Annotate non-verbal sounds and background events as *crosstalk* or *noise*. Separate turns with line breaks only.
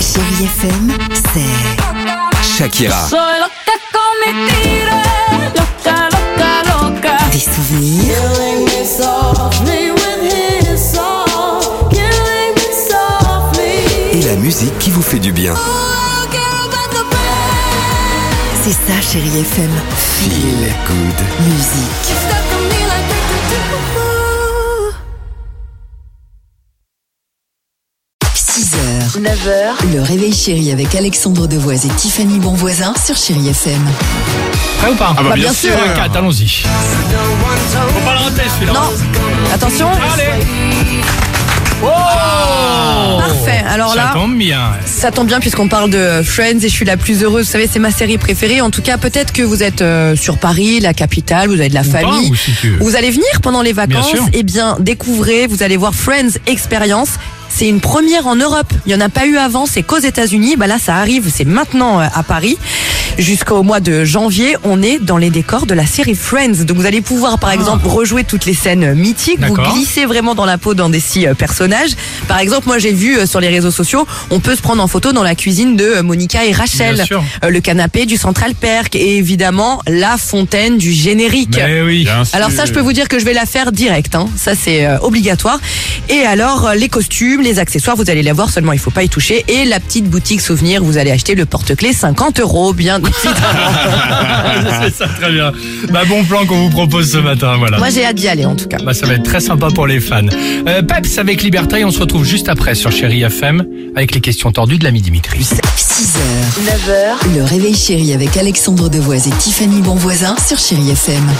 Chérie FM, c'est
Shakira,
Soy loca con mi tiro, loca, loca, loca.
des souvenirs,
Me with his song, killing me softly.
et la musique qui vous fait du bien.
Oh, quiero back the pain.
c'est ça Chérie FM,
Feel good.
musique.
You're stuck on me like we could do.
6h, 9h, le réveil chéri avec Alexandre Devoise et Tiffany Bonvoisin sur Chérie FM.
Prêt ou pas
Ah bah, bien sûr.
4, allons-y. Oh. Faut pas le rater celui-là.
Non, attention.
Allez
Parfait. Alors
Ça
là,
tombe bien.
ça tombe bien puisqu'on parle de Friends et je suis la plus heureuse. Vous savez, c'est ma série préférée. En tout cas, peut-être que vous êtes euh, sur Paris, la capitale, vous avez de la
pas,
famille.
ou si tu veux.
Vous allez venir pendant les vacances.
sûr.
Eh bien, découvrez, vous allez voir Friends Experience. C'est une première en Europe. Il n'y en a pas eu avant, c'est qu'aux États-Unis. Bah là, ça arrive, c'est maintenant euh, à Paris. Jusqu'au mois de janvier, on est dans les décors de la série Friends. Donc vous allez pouvoir, par exemple, rejouer toutes les scènes euh, mythiques. Vous
Ah. D'accord.
glissez vraiment dans la peau d'un des six euh, personnages. Par exemple, moi j'ai vu euh, sur les réseaux sociaux, on peut se prendre en photo dans la cuisine de euh, Monica et Rachel.
Bien sûr.
Euh, Le canapé du Central Perk et évidemment la fontaine du générique.
Mais oui.
Bien sûr.
Alors ça, je peux vous dire que je vais la faire direct. Hein. Ça, c'est euh, obligatoire. Et alors, euh, les costumes, les accessoires, vous allez les voir, seulement il faut pas y toucher. Et la petite boutique souvenir, vous allez acheter le porte-clés 50 euros, bien *laughs* évidemment.
*laughs* C'est ça, très bien. Bah, bon plan qu'on vous propose ce matin, voilà.
Moi, j'ai hâte d'y aller, en tout cas.
Bah, ça va être très sympa pour les fans. Euh, Peps avec Liberté, on se retrouve juste après sur Chéri FM avec les questions tordues de l'ami Dimitri.
6h, 9h, le réveil chéri avec Alexandre Devoise et Tiffany Bonvoisin sur Chérie FM.